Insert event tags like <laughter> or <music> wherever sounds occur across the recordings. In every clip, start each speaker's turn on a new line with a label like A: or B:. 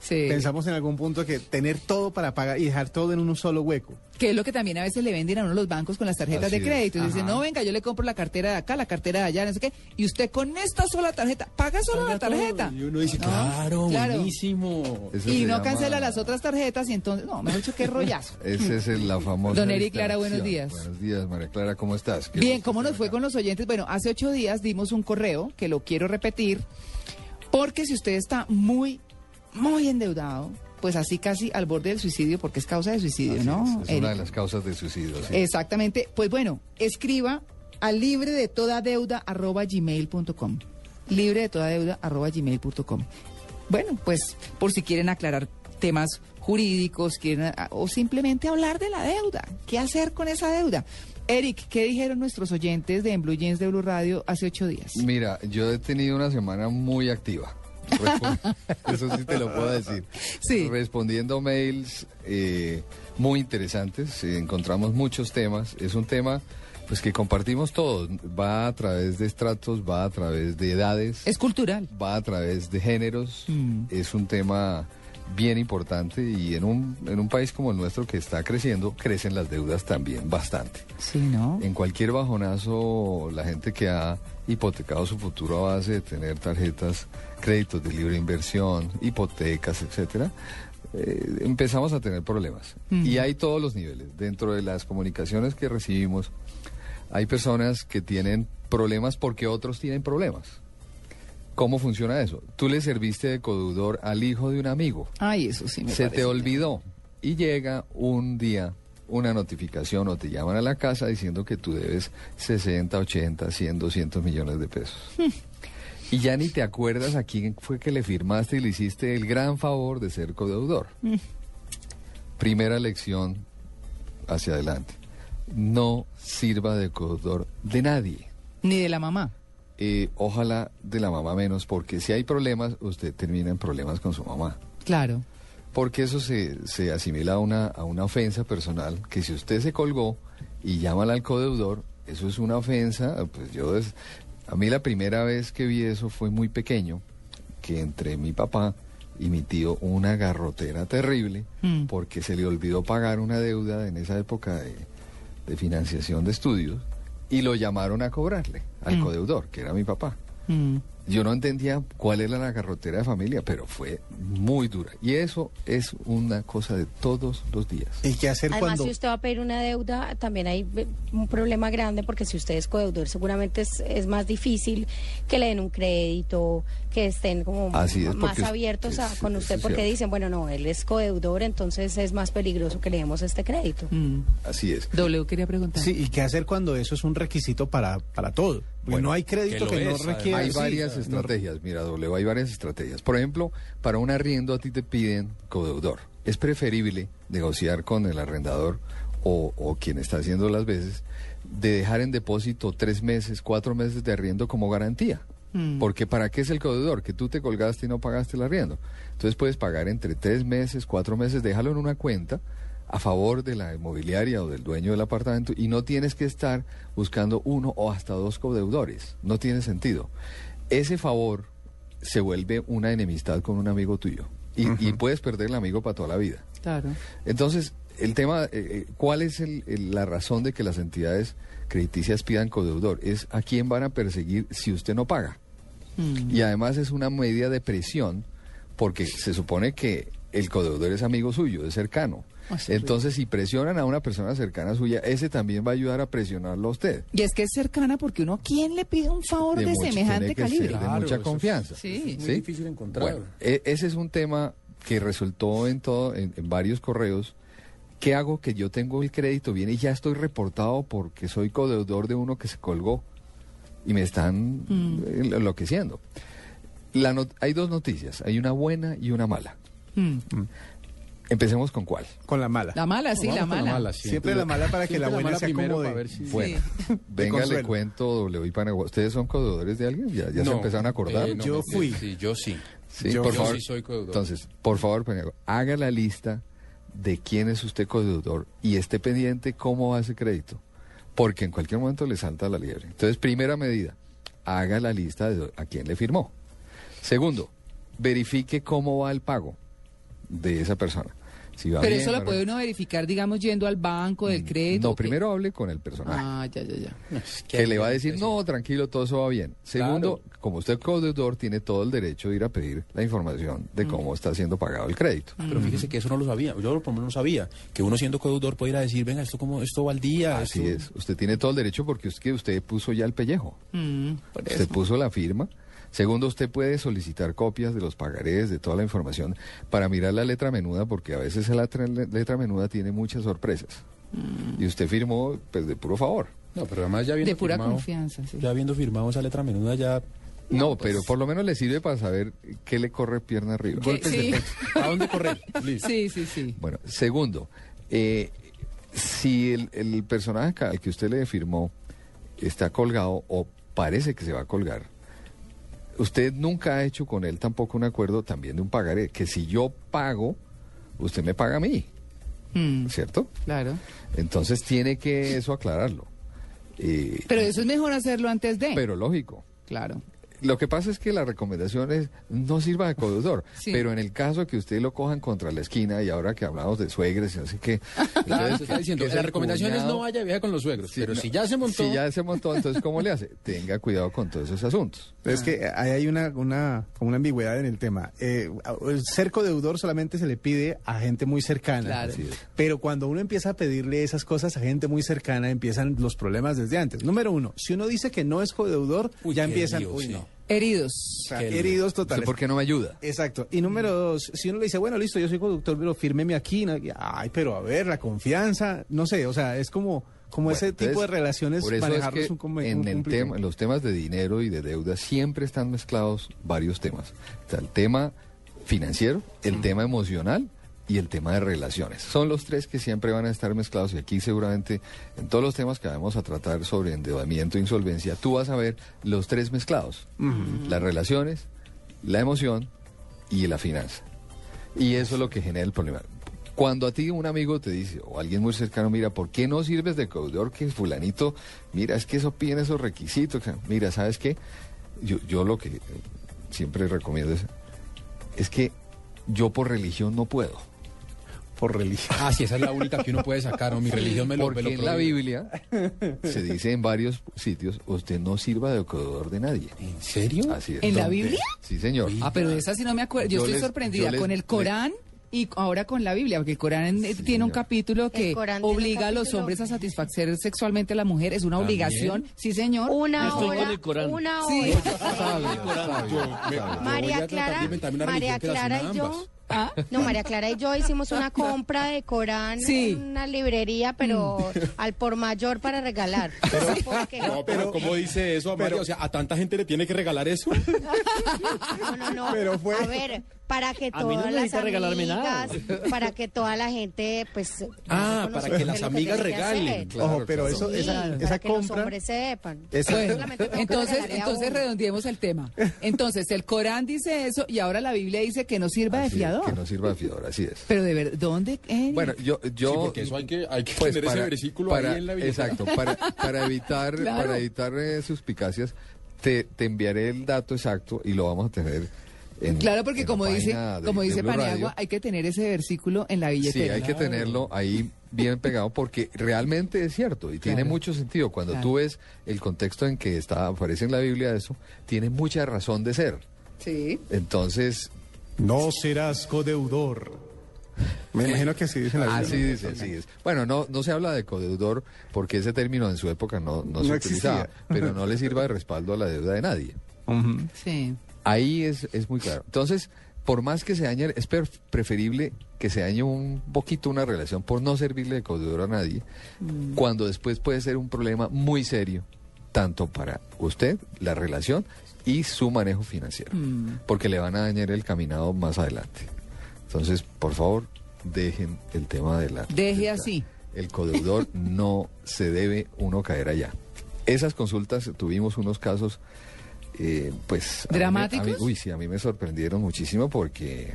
A: Sí,
B: Pensamos en algún punto que tener todo para pagar y dejar todo en un solo hueco.
A: que es lo que también a veces le venden a uno los bancos con las tarjetas
B: Así
A: de
B: es,
A: crédito. Y Dicen,
B: ajá.
A: no, venga, yo le compro la cartera de acá, la cartera de allá, no sé qué. Y usted con esta sola tarjeta, paga solo la tarjeta.
B: Y uno dice,
A: No,
B: claro,
A: claro.
B: buenísimo. Eso
A: Y
B: se
A: no
B: llama-
A: cancela las otras tarjetas y entonces, no, mejor dicho, qué
B: <laughs>
A: rollazo.
C: Esa es el- la famosa.
A: Don Eric Clara,
C: distracción.
A: buenos días.
C: Buenos días, María Clara, ¿cómo estás? Qué
A: Bien,
C: gusto
A: ¿cómo nos
C: estar
A: fue
C: acá.
A: con los oyentes? Bueno, hace ocho días dimos un correo que lo quiero repetir, porque si usted está muy, muy endeudado, pues así casi al borde del suicidio, porque es causa de suicidio,
C: Así
A: ¿no?
C: Es, es una de
A: Eric?
C: las causas de suicidio. sí.
A: Exactamente. Pues bueno, escriba a libre de toda deuda arroba gmail.com. Libre de toda deuda arroba gmail.com. Bueno, pues por si quieren aclarar temas jurídicos quieren, a- o simplemente hablar de la deuda. ¿Qué hacer con esa deuda? Eric, ¿qué dijeron nuestros oyentes de En Blue Jeans de Blue Radio hace ocho días?
C: Mira, yo he tenido una semana muy
A: <laughs>
C: activa. Respo- Eso sí te lo puedo decir.
A: Sí.
C: Respondiendo mails eh, muy interesantes, eh, encontramos muchos temas. Es un tema pues que compartimos todos. Va a través de estratos, va a través de edades.
A: Es cultural.
C: va a través de géneros. Es un tema bien importante y en un, en un país como el nuestro que está creciendo, crecen las deudas también bastante.
A: Sí, ¿no?
C: En cualquier bajonazo, la gente que ha hipotecado su futuro a base de tener tarjetas, créditos de libre inversión, hipotecas, etcétera, eh, empezamos a tener problemas. Y hay todos los niveles. Dentro de las comunicaciones que recibimos, hay personas que tienen problemas porque otros tienen problemas. ¿Cómo funciona eso? Tú le serviste de codudor al hijo de un amigo
A: Ay, eso sí me
C: se
A: parece.
C: te olvidó y llega un día una notificación o te llaman a la casa diciendo que tú debes 60, 80, 100, 200 millones de pesos.
A: <laughs>
C: y ya ni te acuerdas a quién fue que le firmaste y le hiciste el gran favor de ser
A: <laughs>
C: codeudor. Primera lección hacia adelante. No sirva de codeudor de nadie.
A: Ni de la mamá.
C: Eh, ojalá de la mamá menos, porque si hay problemas, usted termina en problemas con su mamá
A: Claro.
C: porque eso se, se asimila a una, a una ofensa personal, que si usted se colgó y llama al codeudor, eso es una ofensa, pues yo, des- a mí la primera vez que vi eso fue muy pequeño, que entre mi papá y mi tío una garrotera terrible,
A: Mm.
C: porque se le olvidó pagar una deuda en esa época de, de financiación de estudios, y lo llamaron a cobrarle al codeudor, que era mi papá.
A: Mm.
C: Yo no entendía cuál era la carrotera de familia, pero fue muy dura. Y eso es una cosa de todos los días.
B: ¿Y qué hacer
D: Además,
B: cuando
D: si usted va a pedir una deuda, también hay eh, un problema grande porque si usted es codeudor, seguramente es, es más difícil que le den un crédito, que estén como
C: Así es,
D: más
C: porque es-
D: abiertos a-
C: es-
D: con
C: eso
D: usted
C: es
D: porque
C: cierto.
D: dicen, bueno, no, él es codeudor, entonces es más peligroso que le demos este crédito.
A: Mm.
C: Así es.
A: W quería preguntar.
B: sí, y qué hacer cuando eso es un requisito para, para todo? Porque
E: Bueno,
B: no hay crédito que,
E: que lo
B: no
E: es,
B: requiera.
C: Hay
B: sí,
C: varias
B: no-
C: estrategias, mira, W, hay varias estrategias. Por ejemplo, para un arriendo a ti te piden codeudor. Es preferible negociar con el arrendador o, o quien está haciendo las veces de dejar en depósito tres meses, cuatro meses de arriendo como garantía.
E: Mm.
C: Porque ¿para qué es el codeudor? Que tú te colgaste y no pagaste el arriendo. Entonces puedes pagar entre tres meses, cuatro meses, déjalo en una cuenta a favor de la inmobiliaria o del dueño del apartamento y no tienes que estar buscando uno o hasta dos codeudores. No tiene sentido. Ese favor se vuelve una enemistad con un amigo tuyo y, y puedes perder el amigo para toda la vida.
A: Claro.
C: Entonces, el tema, eh, eh, ¿cuál es el- el- la razón de que las entidades crediticias pidan codeudor? Es a quién van a perseguir si usted no paga.
A: Mm.
C: Y además es una medida de presión porque se supone que el codeudor es amigo suyo, es cercano.
A: Ah, sí,
C: Entonces, si presionan a una persona cercana suya, ese también va a ayudar a presionarlo a usted.
A: Y es que es cercana porque uno, ¿a ¿quién le pide un favor de,
C: mucho-
A: semejante
C: tiene que
A: calibre?
C: ser de
E: Claro,
C: mucha
E: eso es-
C: confianza.
A: Sí.
E: muy difícil encontrarlo.
C: Bueno, e- ese es un tema que resultó en todo, en, en varios correos. ¿Qué hago que yo tengo el crédito bien y ya estoy reportado porque soy
A: Mm.
C: codeudor de uno que se colgó y me están eh, enloqueciendo? La not- hay dos noticias, hay una buena y una mala.
A: Mm.
C: Empecemos con cuál.
B: Con la mala.
A: La mala, sí,
E: Vamos
A: la
E: con
A: mala.
B: Siempre la mala para que la
E: Siempre
B: buena
E: mala
B: se
E: primero
B: acomode.
E: para ver si-
C: Bueno, venga,
B: consuelo.
C: le cuento W y Panagua. ¿Ustedes son codeudores de alguien? ¿Ya, ya se
E: No,
C: empezaron a acordar?
E: eh, no,
B: Yo
E: mentira,
B: fui.
E: Sí, yo <laughs> sí.
C: Sí,
B: Yo-
C: por
E: yo
C: favor.
E: sí soy codeudor.
C: Entonces, por favor, Paniagua, haga la lista de quién es usted codeudor y esté pendiente cómo va ese crédito, porque en cualquier momento le salta la liebre. Entonces, primera medida, haga la lista de a quién le firmó. Segundo, verifique cómo va el pago de esa persona. Si va
A: Pero
C: bien,
A: eso
C: va
A: lo puede
C: mal.
A: uno verificar, digamos, yendo al banco del crédito.
C: No,
A: ¿o qué?
C: primero hable con el personaje.
A: Ah, ya, ya, ya.
C: <laughs>
E: Es
C: que le va a decir, no, tranquilo, todo eso va bien. Segundo, como usted es codeudor, tiene todo el derecho de ir a pedir la información
A: Mm.
C: de cómo está siendo pagado el crédito.
A: Ah.
E: Pero fíjese que eso no lo sabía. Yo por lo menos no sabía. Que uno siendo codeudor puede ir a decir, venga, esto como esto va al día.
C: Así
E: esto-
C: es, usted tiene todo el derecho porque es que usted puso ya el pellejo,
A: Mm, por
C: usted
A: eso.
C: puso la firma. Segundo, usted puede solicitar copias de los pagarés, de toda la información, para mirar la letra menuda, porque a veces la tra- letra menuda tiene muchas sorpresas.
A: Mm.
C: Y usted firmó, pues, de puro favor.
E: No, pero además ya habiendo
A: De pura
E: firmado-
A: confianza, sí.
E: Ya habiendo firmado esa letra menuda ya...
C: No,
A: pues.
C: pero por lo menos le sirve para saber qué le corre pierna arriba.
A: ¿Qué? Sí.
E: ¿A dónde correr? <laughs> Listo.
A: sí, sí, sí.
C: Bueno, segundo, eh, si el, el personaje ca- al que usted le firmó está colgado o parece que se va a colgar, usted nunca ha hecho con él tampoco un acuerdo también de un pagaré, que si yo pago, usted me paga a mí,
A: Mm,
C: ¿cierto?
A: claro.
C: Entonces tiene que eso aclararlo. Eh,
A: Pero eso es mejor hacerlo antes de.
C: pero lógico.
A: Claro.
C: Lo que pasa es que la recomendación es no sirva de codeudor,
A: Sí.
C: pero en el caso que usted lo cojan contra la esquina y ahora que hablamos de suegres y no sé qué,
E: Claro,
C: entonces,
E: se está
C: que-
E: diciendo,
C: que es
E: la
C: el
E: recomendación es
C: cuñado-
E: no vaya a viajar con los suegros.
C: Sí,
E: pero
C: no,
E: si ya se montó...
C: Si ya se montó, entonces ¿cómo le hace? Tenga cuidado con todos esos asuntos.
B: Pero
E: Ah.
B: Es que ahí hay una, una, como una ambigüedad en el tema. Eh, el ser codeudor solamente se le pide a gente muy cercana.
A: Claro. Así
C: es.
B: Pero cuando uno empieza a pedirle esas cosas a gente muy cercana, empiezan los problemas desde antes. Número uno, si uno dice que no es codeudor,
E: Uy,
B: ya
E: qué
B: empiezan
E: lío,
B: uy,
E: sí.
B: no. O
A: Heridos.
B: sea,
E: Qué lío.
B: heridos
C: No sé
B: totales.
C: por qué no me ayuda.
B: Exacto. Y número dos, si uno le dice, bueno, listo, yo soy conductor, pero fírmeme aquí. ¿no? Y, Ay, pero a ver, la confianza, no sé, o sea, es como, como
C: Bueno,
B: ese
C: entonces,
B: tipo de relaciones,
C: por eso es
B: manejarlos
C: que
B: un, com-
C: en
B: un
C: el
B: complicado.
C: tema, en los temas de dinero y de deuda siempre están mezclados varios temas. Está el tema financiero, el tema emocional y el tema de relaciones. Son los tres que siempre van a estar mezclados y aquí seguramente en todos los temas que vamos a tratar sobre endeudamiento e insolvencia, tú vas a ver los tres mezclados. Las relaciones, la emoción y la finanza. Y eso es lo que genera el problema. Cuando a ti un amigo te dice, o alguien muy cercano, mira, ¿por qué no sirves de codeudor que fulanito, mira, es que eso piden esos requisitos? que- Mira, ¿sabes qué? Yo, yo lo que eh, siempre recomiendo es, es que yo por religión no puedo.
B: Por religión.
E: Ah, sí, esa es la única que uno puede sacar, o mi religión me lo, me
C: Porque
E: lo
C: en la
E: prohíbe.
C: Biblia se dice en varios sitios, usted no sirva de codeudor de nadie.
E: ¿En serio?
C: Así es.
A: ¿En la
C: ¿Dónde?
A: Biblia?
C: Sí, señor.
A: Ah, pero de esa sí no me acuerdo. Yo,
C: Yo
A: estoy
C: les-
A: sorprendida
C: yo les-
A: con el Corán y ahora con la Biblia, porque el Corán eh, tiene un
C: señor.
A: capítulo que
D: El Corán tiene un
A: obliga a los
D: capítulo.
A: hombres a satisfacer sexualmente a la mujer. Es una
E: ¿También?
A: obligación. Sí, señor.
D: Una
F: estoy con
D: hora,
F: el Corán.
D: una hora.
A: Sí.
E: Yo voy
D: María
E: a
D: Clara,
E: tratar de inventarme una
D: María
E: religión que
D: Clara y
E: las una ambas.
D: yo. ¿ah? No, María Clara y yo hicimos
E: <laughs>
D: una compra de Corán
A: Sí.
D: en una librería, pero al por mayor para regalar. Porque-
E: Mm. No, pero ¿cómo dice eso, Amalia? o sea, ¿a tanta gente le tiene que regalar <laughs> eso?
D: No, no, no.
B: Pero fue-
D: A ver, para que
F: A mí no
D: todas las
F: necesita regalarme nada.
D: amigas, para que toda la gente, pues...
E: Ah, para que las amigas regalen.
B: Ojo, pero eso, esa,
D: esa,
B: esa
D: que los
B: compra.
D: hombres sepan.
B: esa-
A: Bueno,
D: Solamente tengo que
A: entonces,
D: regalarle a
A: entonces
D: uno.
A: redondeemos el tema. Entonces, el Corán dice eso y ahora la Biblia dice que no sirva
C: Así
A: de
C: es,
A: fiador.
C: que no sirva de fiador, así es.
A: Pero de verdad, ¿dónde? Eric?
C: Bueno, yo, yo
E: Sí, porque eso hay que- hay que tener ese versículo ahí en la billetera.
C: pues Exacto, para,
A: <laughs>
C: para evitar,
A: Claro.
C: para evitar eh, suspicacias, te, te enviaré el dato exacto y lo vamos a tener en
A: claro, porque
C: en la
A: como dice,
C: página de-
A: como
C: de
A: dice
C: Blue Radio.
A: Paniagua, hay que tener ese versículo en la
C: Sí,
A: billetera.
C: hay que tenerlo ahí bien pegado porque realmente es cierto y tiene
A: Claro.
C: mucho sentido. Cuando
A: Claro.
C: tú ves el contexto en que está, aparece en la Biblia eso, tiene mucha razón de ser.
A: Sí.
C: Entonces,
B: No serás codeudor. Me imagino que así dice la
C: Así
B: Biblia.
C: Ah, dice, así es. Bueno, no, no se habla de codeudor porque ese término en su época no, no se
B: No
C: utilizaba,
B: existía.
C: pero no le sirva de respaldo a la deuda de nadie.
B: Ujú.
A: Sí.
C: Ahí es, es muy claro. Entonces, por más que se dañe, es per- preferible que se dañe un poquito una
A: Mm.
C: relación por no servirle de codeudor a nadie, cuando después puede ser un problema muy serio tanto para usted, la relación y su manejo financiero,
A: Mm.
C: porque le van a dañar el caminado más adelante. Entonces, por favor, dejen el tema de la...
A: Deje
C: del ca-
A: así.
C: El
A: <laughs>
C: codeudor no se debe uno caer allá. Esas consultas, tuvimos unos casos, eh, pues... a mí me- a mí-
A: ¿Dramáticos?
C: uy, sí, a mí me sorprendieron muchísimo porque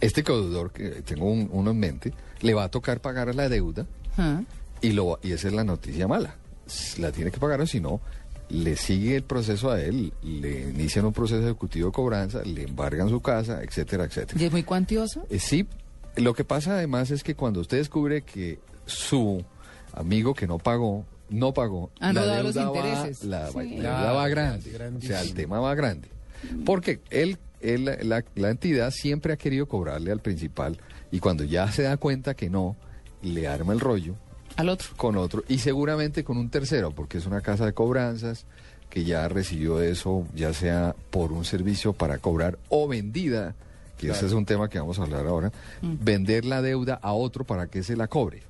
C: este codeudor, que tengo un- uno en mente, le va a tocar pagar la deuda
A: Ah.
C: y, lo, va- y esa es la noticia mala. S- La tiene que pagar o si no, le sigue el proceso a él, le inician un proceso ejecutivo de cobranza, le embargan su casa, etcétera, etcétera.
A: ¿Y es muy cuantioso?
C: Eh, sí, lo que pasa además es que cuando usted descubre que su amigo que no pagó, no pagó,
A: Ah, no
C: la
A: daba los
C: deuda va,
A: intereses.
C: la, va- la deuda
E: Claro,
C: va grande.
E: grande,
C: o sea, el
E: grandísimo.
C: tema va grande. Porque él, él- la, la entidad siempre ha querido cobrarle al principal y cuando ya se da cuenta que no, le arma el rollo
A: Al otro.
C: con otro y seguramente con un tercero, porque es una casa de cobranzas que ya recibió eso, ya sea por un servicio para cobrar o vendida, que ese es un tema que vamos a hablar ahora, vender la deuda a otro para que se la cobre.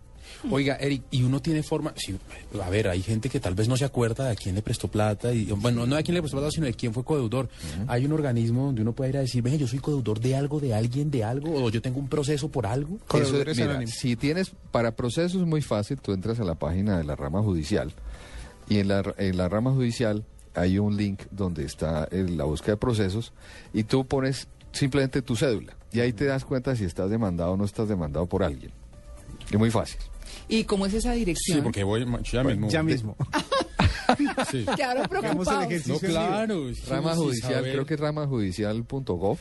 E: Oiga, Eric, y uno tiene forma. sí, a ver, hay gente que tal vez no se acuerda de a quién le prestó plata. Y, bueno, no de a quién le prestó plata, sino de quién fue codeudor. Hay un organismo donde uno puede ir a decir, venga, yo soy codeudor de algo, de alguien, de algo, o yo tengo un proceso por algo.
B: Corredores
C: Eso, mira,
B: anónimos.
C: si tienes, para procesos es muy fácil, tú entras a la página de la rama judicial y en la, en la rama judicial hay un link donde está el- la búsqueda de procesos y tú pones simplemente tu cédula y ahí te das cuenta si estás demandado o no estás demandado por alguien. Es muy fácil.
A: ¿Y cómo es esa dirección?
E: voy Pues ya
B: Ya
C: <laughs>
B: mismo.
A: Quedaron
E: <laughs>
B: Hagamos el
A: preocupados.
B: ejercicio.
E: No, claro. sí,
C: Rama
E: sí,
C: judicial,
E: saber.
C: creo que es ramajudicial.gov.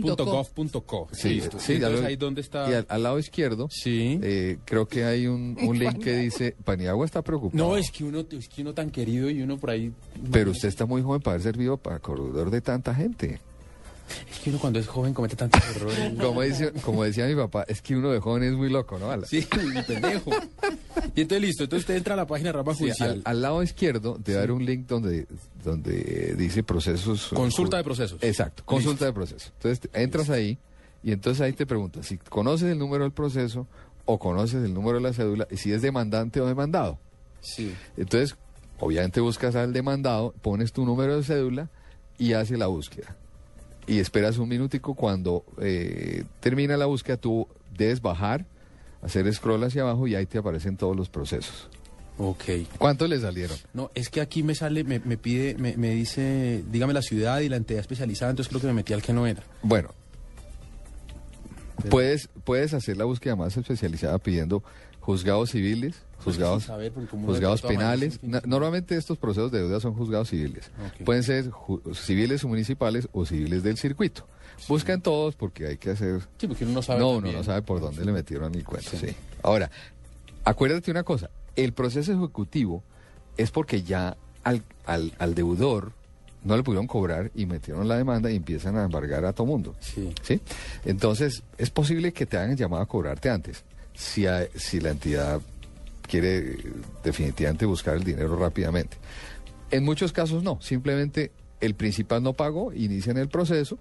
E: ramajudicial.gov.co. Listo.
C: ya
E: Entonces
C: lo-
E: ahí donde está.
C: Y al, al lado izquierdo,
E: Sí.
C: eh, creo que hay un, un link que dice, Paniagua está preocupado.
E: No, es que uno es que uno tan querido y uno por ahí.
C: Pero usted está muy joven para haber servido para corredor de tanta gente.
E: Es que uno cuando es joven comete tantos
C: <laughs>
E: errores.
C: Como, dice, como decía mi papá, es que uno de joven es muy loco, ¿no? Ala?
E: Sí, pendejo. Y entonces listo, entonces usted entra a la página de Rama
C: Sí,
E: Judicial.
C: al, al lado izquierdo debe haber un link donde, donde dice procesos.
E: Consulta de procesos.
C: Exacto, consulta de procesos. Entonces te- entras ahí y entonces ahí te preguntas si conoces el número del proceso o conoces el número de la cédula y si es demandante o demandado.
E: Sí.
C: Entonces, obviamente buscas al demandado, pones tu número de cédula y hace la búsqueda. Y esperas un minutico cuando eh, termina la búsqueda, tú debes bajar, hacer scroll hacia abajo y ahí te aparecen todos los procesos.
E: Ok.
C: ¿Cuántos le salieron?
E: No, es que aquí me sale, me, me pide, me, me dice, dígame la ciudad y la entidad especializada, entonces creo que me metí al que no era.
C: Bueno, puedes, puedes hacer la búsqueda más especializada pidiendo juzgados civiles, juzgados,
E: Pues sin saber, porque como uno
C: juzgados
E: de pronto amanece
C: penales.
E: sin
C: Na- normalmente estos procesos de deuda son juzgados civiles.
E: Ok.
C: Pueden ser ju- civiles municipales o civiles del circuito. Buscan todos porque hay que hacer...
E: Sí, porque uno no sabe.
C: no, uno
E: también.
C: no sabe por dónde le metieron el cuento. sí. Ahora, acuérdate una cosa, el proceso ejecutivo es porque ya al, al- al deudor no le pudieron cobrar y metieron la demanda y empiezan a embargar a todo mundo.
E: Sí.
C: ¿sí? Entonces, es posible que te hagan llamado a cobrarte antes. Si, hay- si la entidad quiere eh, definitivamente buscar el dinero rápidamente. En muchos casos no, simplemente el principal no pagó, inician el proceso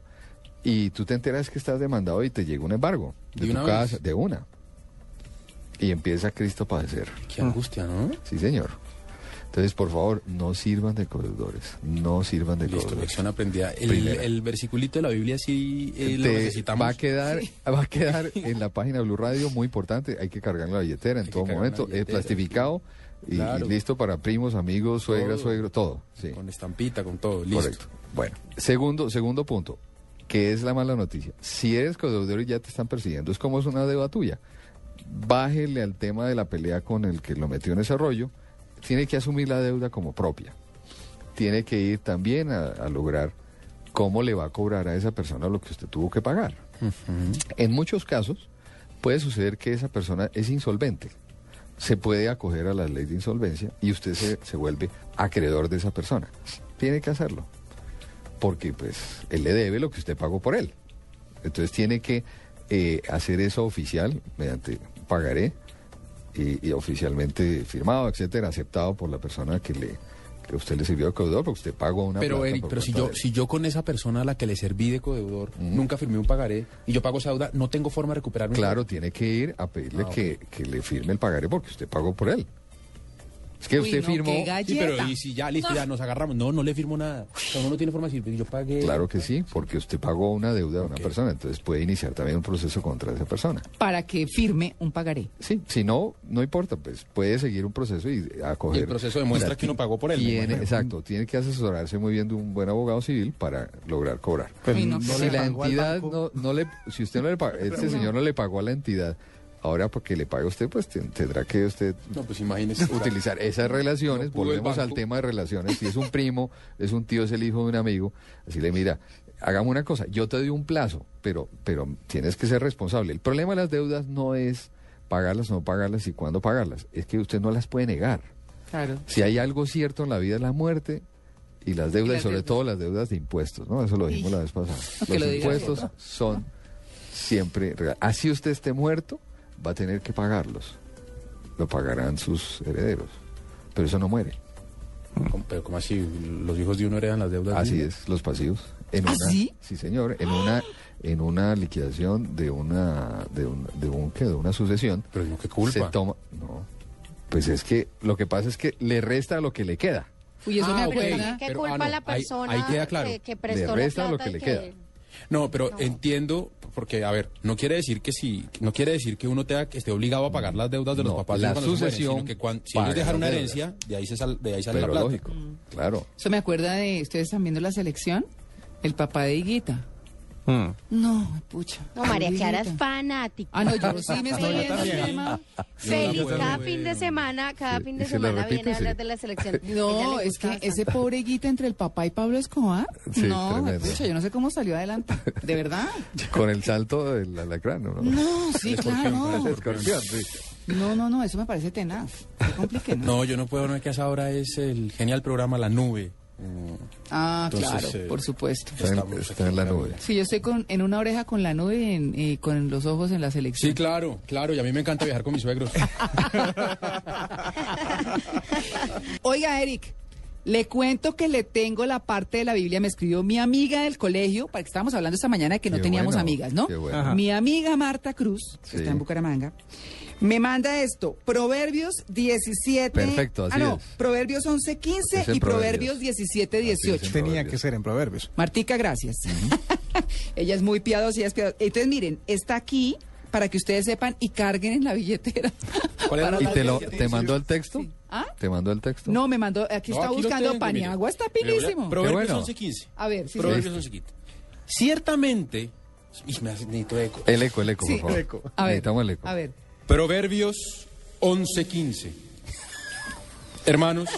C: y tú te enteras que estás demandado y te llega un embargo de,
E: ¿De
C: tu
E: una vez?
C: casa, de una. Y empieza Cristo a padecer.
E: Qué angustia, ¿no?
C: Sí, señor. Entonces, por favor, no sirvan de corredores. No sirvan de
E: Listo,
C: corredores.
E: lección aprendida. El,
C: Primera.
E: el versiculito de la Biblia sí eh, lo
C: Te-
E: necesitamos.
C: va a quedar va a quedar en la página de Blue Radio muy importante hay que cargar la billetera en
E: que
C: todo
E: cargar la
C: momento es
E: billetera.
C: plastificado y, y
E: Claro.
C: listo para primos amigos suegra
E: Todo.
C: suegro todo sí
E: Con estampita, con todo, listo.
C: correcto bueno segundo segundo punto que es la mala noticia si eres codeudor y ya te están persiguiendo es como es una deuda tuya bájele al tema de la pelea con el que lo metió en ese rollo tiene que asumir la deuda como propia tiene que ir también a, a lograr cómo le va a cobrar a esa persona lo que usted tuvo que pagar. En muchos casos puede suceder que esa persona es insolvente. Se puede acoger a la ley de insolvencia y usted se, se vuelve acreedor de esa persona. Tiene que hacerlo. Porque pues él le debe lo que usted pagó por él. Entonces tiene que eh, hacer eso oficial mediante pagaré y, y oficialmente firmado, etcétera, aceptado por la persona que le que usted le sirvió de codeudor, porque usted pagó una
E: Pero
C: plata
E: Eric,
C: por
E: pero si
C: cuenta
E: yo,
C: de él.
E: si yo con esa persona a la que le serví de codeudor nunca firmé un pagaré y yo pago esa deuda, no tengo forma de recuperar mi
C: Claro, tiene que ir a pedirle
E: Ah, ok.
C: que, que le firme el pagaré porque usted pagó por él. Es que
A: Uy,
C: usted
A: no,
C: firmó.
A: qué gall-
E: Sí, pero
A: Galleta.
E: y si ya, listo, ya nos agarramos. No, no le firmo nada. O sea, uno no tiene forma de decir, yo pagué.
C: Claro que sí, porque usted pagó una deuda a una persona, entonces puede iniciar también un proceso contra esa persona.
A: para que firme un pagaré.
C: Sí, si no, no importa, pues puede seguir un proceso y eh, acoger.
E: Y el proceso demuestra que uno pagó por él. me
C: Tiene-
E: imagino.
C: exacto, tiene que asesorarse muy bien de un buen abogado civil para lograr cobrar.
B: Pero
A: Uy, no,
B: Pues no
A: qué
C: si
B: le
C: la
B: pagó al
C: entidad
B: banco.
C: no, no le, si usted no le pagó, este señor no le pagó a la entidad, ahora porque le pague a usted, pues ten- tendrá que usted
E: No, pues imagínese.
C: <laughs> utilizar esas relaciones,
E: No pudo el
C: volvemos al
E: banco.
C: tema de relaciones, si es un primo, es un tío, es el hijo de un amigo, así le mira, hagamos una cosa, yo te doy un plazo, pero, pero tienes que ser responsable. El problema de las deudas no es pagarlas o no pagarlas y cuándo pagarlas, es que usted no las puede negar.
A: Claro.
C: Si hay algo cierto en la vida es la muerte y las deudas, y,
A: las
C: sobre
A: deudas.
C: todo las deudas de impuestos, ¿no? Eso lo dijimos la vez pasada.
A: <laughs> Que lo
C: Los
A: diga
C: impuestos son siempre real. Así usted esté muerto, va a tener que pagarlos. Lo pagarán sus herederos. Pero eso no muere.
E: ¿Cómo- Pero como así, los hijos de uno heredan las deudas. de
C: Así
E: uno?
C: es, los pasivos. En
A: ¿Ah,
C: una-
A: sí?
C: señor. En una, en una liquidación de una, de un, de un, ¿qué? de una sucesión.
E: Pero no, qué culpa.
C: Se toma. No. Pues es que lo que pasa es que le resta lo que le queda.
A: Uy, eso
E: Ah,
A: me
E: ok.
A: acuerda.
D: ¿Qué
E: Pero,
D: culpa
E: ah, no,
D: la
E: ahí-
D: persona
E: ahí queda claro.
D: que, que prestó
C: Le
D: la
C: resta
D: plata
C: lo que
D: y
C: le queda.
E: No, pero entiendo, porque, a ver, no quiere decir que si, no quiere decir que uno tenga que esté obligado a pagar las deudas de los
C: No,
E: papás.
C: la
E: cuando se mueren,
C: sucesión
E: sino que cuando, si
C: paga
E: ellos dejan una
C: las
E: herencia, de ahí, se sal- de ahí sale
C: Pero
E: la plata.
C: lógico,
A: Mm.
C: claro.
A: Eso me acuerda de ustedes están viendo la selección, el papá de Higuita. No, pucha.
D: No, María
A: Ay,
D: Clara es
A: Higuita.
D: fanática.
A: Ah, no, yo sí me
D: <laughs>
A: estoy viendo el tema.
D: Feliz
E: puedo
D: cada
E: ver.
D: fin de semana, cada
C: Sí,
D: fin
C: y
D: de
C: se la
D: semana
C: repite,
D: viene a hablar
C: sí.
D: de la selección. Ella
A: No,
D: le
A: es
D: gusta
A: que
D: bastante.
A: ese pobre Higuita entre el papá y Pablo Escobar.
C: Sí,
A: no,
C: tremendo.
A: pucha, yo no sé cómo salió adelante. De verdad.
C: Con el salto del alacrán, ¿no?
A: No, sí,
C: Con
A: claro.
C: el escorpión, sí.
A: No, no, no, eso me parece tenaz. No complique, ¿no?
E: No, yo no puedo, no es que a esa hora es el genial programa La Nube. Mm,
A: Ah,
E: Entonces,
A: claro,
E: eh,
A: por supuesto.
C: Está en-
E: Estamos
C: está en la
E: aquí,
C: nube.
A: Sí, yo estoy con, en una oreja con la nube y, en- y con los ojos en la selección.
E: Sí, claro, claro, y a mí me encanta viajar con mis suegros.
A: <laughs> Oiga, Eric, le cuento que le tengo la parte de la Biblia. Me escribió mi amiga del colegio, para que estábamos hablando esta mañana de que no
C: Qué
A: teníamos
C: bueno,
A: amigas, ¿no?
C: qué bueno. Ajá.
A: Mi amiga Marta Cruz, que
C: Sí.
A: está en Bucaramanga, me manda esto: Proverbios 17.
C: Perfecto, así
A: ah, no,
C: es.
A: Proverbios 11, 15
C: Es en
A: y Proverbios
C: Proverbios.
A: 17,
C: Así es,
A: 18.
C: en
B: Tenía
C: Proverbios.
B: que ser en Proverbios.
A: Martica, gracias. <laughs> ella es muy piadosa, ella es piadosa. Entonces, miren, está aquí para que ustedes sepan y carguen en la
C: <laughs>
A: billetera.
E: ¿Cuál era
A: Para
C: Ah, ¿Y
A: la-
C: te, lo, te mandó el texto?
A: ¿Ah?
C: ¿Te mandó el texto?
A: No, me mandó, aquí está buscando Paniagua, está pilísimo.
E: Proverbios
C: Qué bueno.
E: 11:15.
A: A ver, sí,
E: Proverbios
C: sí.
E: 11:15. Ciertamente, y me hace, necesito eco.
C: El eco, el eco,
A: Sí.
C: por favor.
A: El
B: eco.
A: A ver,
C: Necesitamos el eco.
A: a ver.
E: Proverbios 11:15. Hermanos.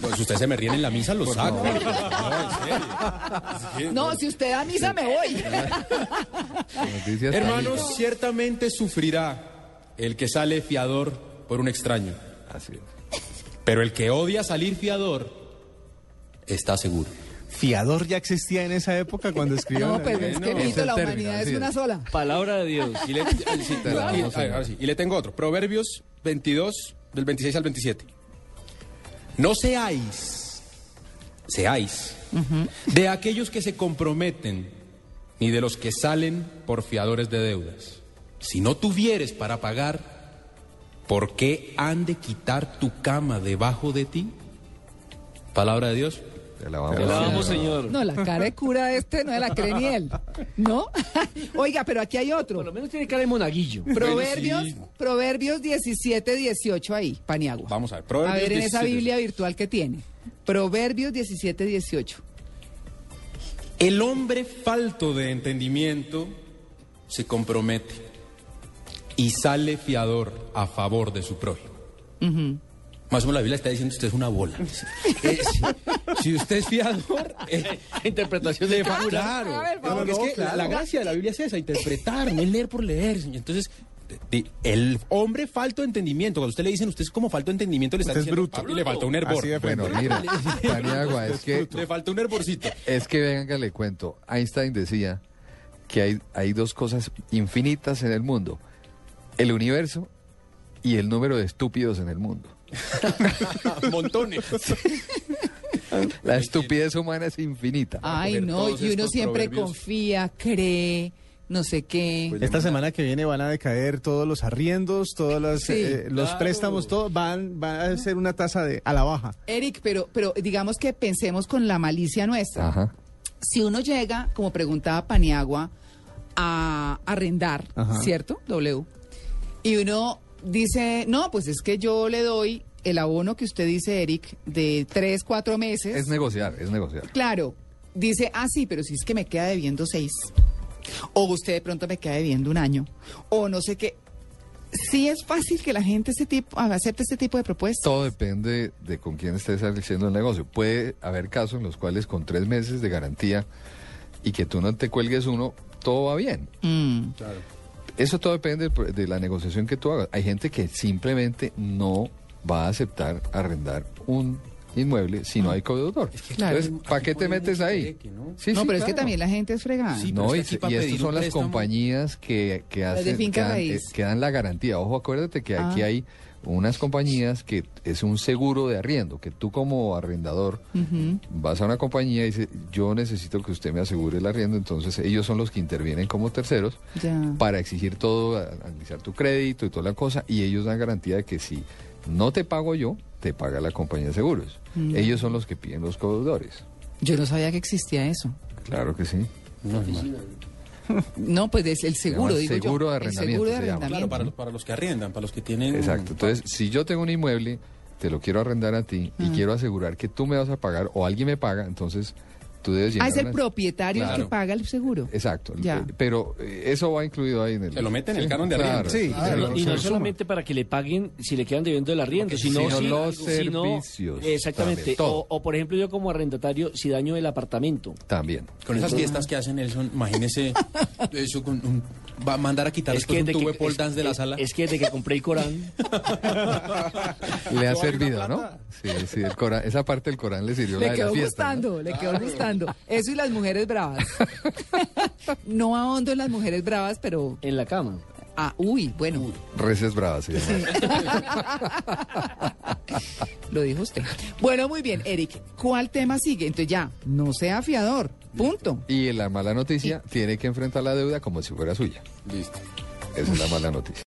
E: Pues si ustedes se me ríen en la misa, los saco. No, en serio.
A: No, si usted da misa me voy.
C: Noticias
E: Hermanos, ciertamente sufrirá el que sale fiador por un extraño.
C: tan- Así es.
E: Pero el que odia salir fiador está seguro.
B: Fiador ya existía en esa época cuando
A: <laughs>
B: escribió.
A: No,
B: la
A: pero
B: Biblia.
A: es que
C: <laughs> no, pues, ese
A: Pito, la
C: término,
A: humanidad
C: así
A: es una
C: es.
A: sola.
F: Palabra de Dios.
E: Y le, ah, sí, <laughs>
C: Te la
E: y-
C: damos,
E: a ver, ahora sí. Y le tengo otro. Proverbios 22, del 26 al 27. No seáis, seáis, de aquellos que se comprometen, ni de los que salen por fiadores de deudas. Si no tuvieres para pagar, ¿por qué han de quitar tu cama debajo de ti? Palabra de Dios.
C: Te la vamos,
F: Te alabamos,
C: Sí,
F: Señor.
A: No, la cara de cura de este no es la cree ni él. ¿No? <laughs> Oiga, pero aquí hay
F: Por lo
A: otro.
F: menos tiene cara de monaguillo.
A: Proverbios,
E: sí.
A: Proverbios 17, 18 ahí, Paniagua.
E: Vamos a ver, Proverbios
A: A ver en esa
E: 17.
A: Biblia virtual que tiene. Proverbios 17, 18.
E: El hombre falto de entendimiento se compromete y sale fiador a favor de su prójimo. Más o menos la Biblia está diciendo usted es una bola. Eh, si, si usted es fiador, eh,
F: Interpretación
E: le
F: de
E: va-
F: figura.
E: claro.
A: a ver,
E: No,
A: vamos.
E: porque es que la- La, gracia de la Biblia es esa, interpretar, no es leer por leer. señor. Entonces, de- de- el hombre falto de entendimiento, cuando usted le dicen usted es como falto de entendimiento, le está
B: Usted es
E: diciendo
B: bruto.
E: "Pablo, le falta un hervor.
B: Así de frente.
C: Bueno,
A: <laughs>
C: mira, Paniagua, es que
E: Le falta
B: <laughs>
E: un hervorcito.
C: Es que vengan que le cuento. Einstein decía que hay, hay dos cosas infinitas en el mundo: el universo y el número de estúpidos en el mundo.
E: Montones. <laughs>
C: La estupidez humana es infinita.
A: Ay,
E: coger
A: no,
E: todos
A: y uno
E: estos
A: siempre
E: proverbios.
A: confía, cree, no sé qué.
B: Esta semana que viene van a decaer todos los arriendos, todos los,
A: Sí,
B: los
F: claro.
B: préstamos, todo van, va a ser una tasa de a la baja.
A: Eric, pero, pero digamos que pensemos con la malicia nuestra.
C: Ajá.
A: Si uno llega, como preguntaba Paniagua, a arrendar,
B: Ajá.
A: ¿cierto? W. Y uno dice, no, pues es que yo le doy el abono que usted dice, Eric, de tres, cuatro meses.
C: Es negociar, es negociar.
A: Claro, dice, ah, sí, pero si es que me queda debiendo seis. O usted de pronto me queda debiendo un año. O no sé qué. Sí es fácil que la gente ese tipo, acepte este tipo de propuestas.
C: Todo depende de con quién estés haciendo el negocio. Puede haber casos en los cuales con tres meses de garantía y que tú no te cuelgues uno, todo va bien.
A: Mm,
C: Eso todo depende pro- de la negociación que tú hagas. Hay gente que simplemente no va a aceptar arrendar un inmueble si no hay codeudor.
A: Claro.
C: Entonces, ¿para
E: Ah. Aquí
C: qué te
E: ponen
C: metes
E: mucho
C: ahí?
E: pereque, ¿no?
C: Sí,
A: no,
C: sí,
A: pero es que
C: claro.
A: también la gente es fregada.
E: Sí, pero
C: No, y,
E: es que aquí
C: se-
E: para
C: y
E: pedir
C: estas
E: un
C: son las
E: préstamo-
C: compañías que, que
A: Las de
C: hacen,
A: finca
C: que, dan,
A: raíz.
C: eh, que dan la garantía. Ojo, acuérdate que aquí
A: Ah.
C: hay unas compañías que es un seguro de arriendo, que tú como arrendador vas a una compañía y dices, yo necesito que usted me asegure el arriendo, entonces ellos son los que intervienen como terceros
A: Ya.
C: para exigir todo, a- analizar tu crédito y toda la cosa, y ellos dan garantía de que si no te pago yo, te paga la compañía de seguros.
A: Mm.
C: Ellos son los que piden los codeudores.
A: Yo no sabía que existía eso.
C: Claro que sí.
E: No, es mal.
A: No, pues es el seguro,
C: llama
A: digo yo.
C: seguro de
A: El
C: arrendamiento,
A: seguro de
C: se llama.
E: Claro,
A: arrendamiento.
E: para los, para los que arriendan, para los que tienen...
A: Mm.
C: Exacto. Entonces, si yo tengo un inmueble, te lo quiero arrendar a ti
A: Mm.
C: y quiero asegurar que tú me vas a pagar o alguien me paga, entonces tú debes llenar
A: Ah, es el
C: una-
A: propietario el que
E: Claro.
A: paga el seguro.
C: Exacto.
A: Ya.
C: Eh, Pero eh, eso va incluido ahí en el.
E: Se lo mete en el canon de arriendo. Ah.
C: Sí,
B: Sí,
C: claro.
B: claro.
C: Se
F: y
C: Ah, lo
F: no
C: suma.
F: solamente para que le paguen si le quedan debiendo el arriendo,
C: Porque
F: sino,
C: sino
F: si-
C: los
F: sino-
C: servicios
F: Exactamente.
C: también, todo.
F: o, o, por ejemplo, yo como arrendatario, si daño el apartamento.
C: También.
E: Con esas fiestas que hacen Nelson, imagínese eso con un- va a mandar a quitar después pues un
F: desde
E: tubo de pole dance de la
F: es-
E: sala.
F: es que desde que compré el Corán,
C: Le ha servido, ¿no? Sí, sí, el Corán, esa parte del Corán le sirvió la
A: Le
C: de la
A: quedó
C: fiesta. ¿no?
A: gustando, le quedó gustando. Eso y las mujeres bravas. <laughs> no ahondo en las mujeres bravas, pero...
F: en la cama.
A: Ah, uy, bueno,
C: Reces bravas, se llama.
A: lo dijo usted. Bueno, muy bien, Eric, ¿cuál tema sigue? Entonces ya, no sea fiador, punto.
C: Y la mala noticia tiene que enfrentar la deuda como si fuera suya.
E: Listo.
C: Esa es la mala noticia.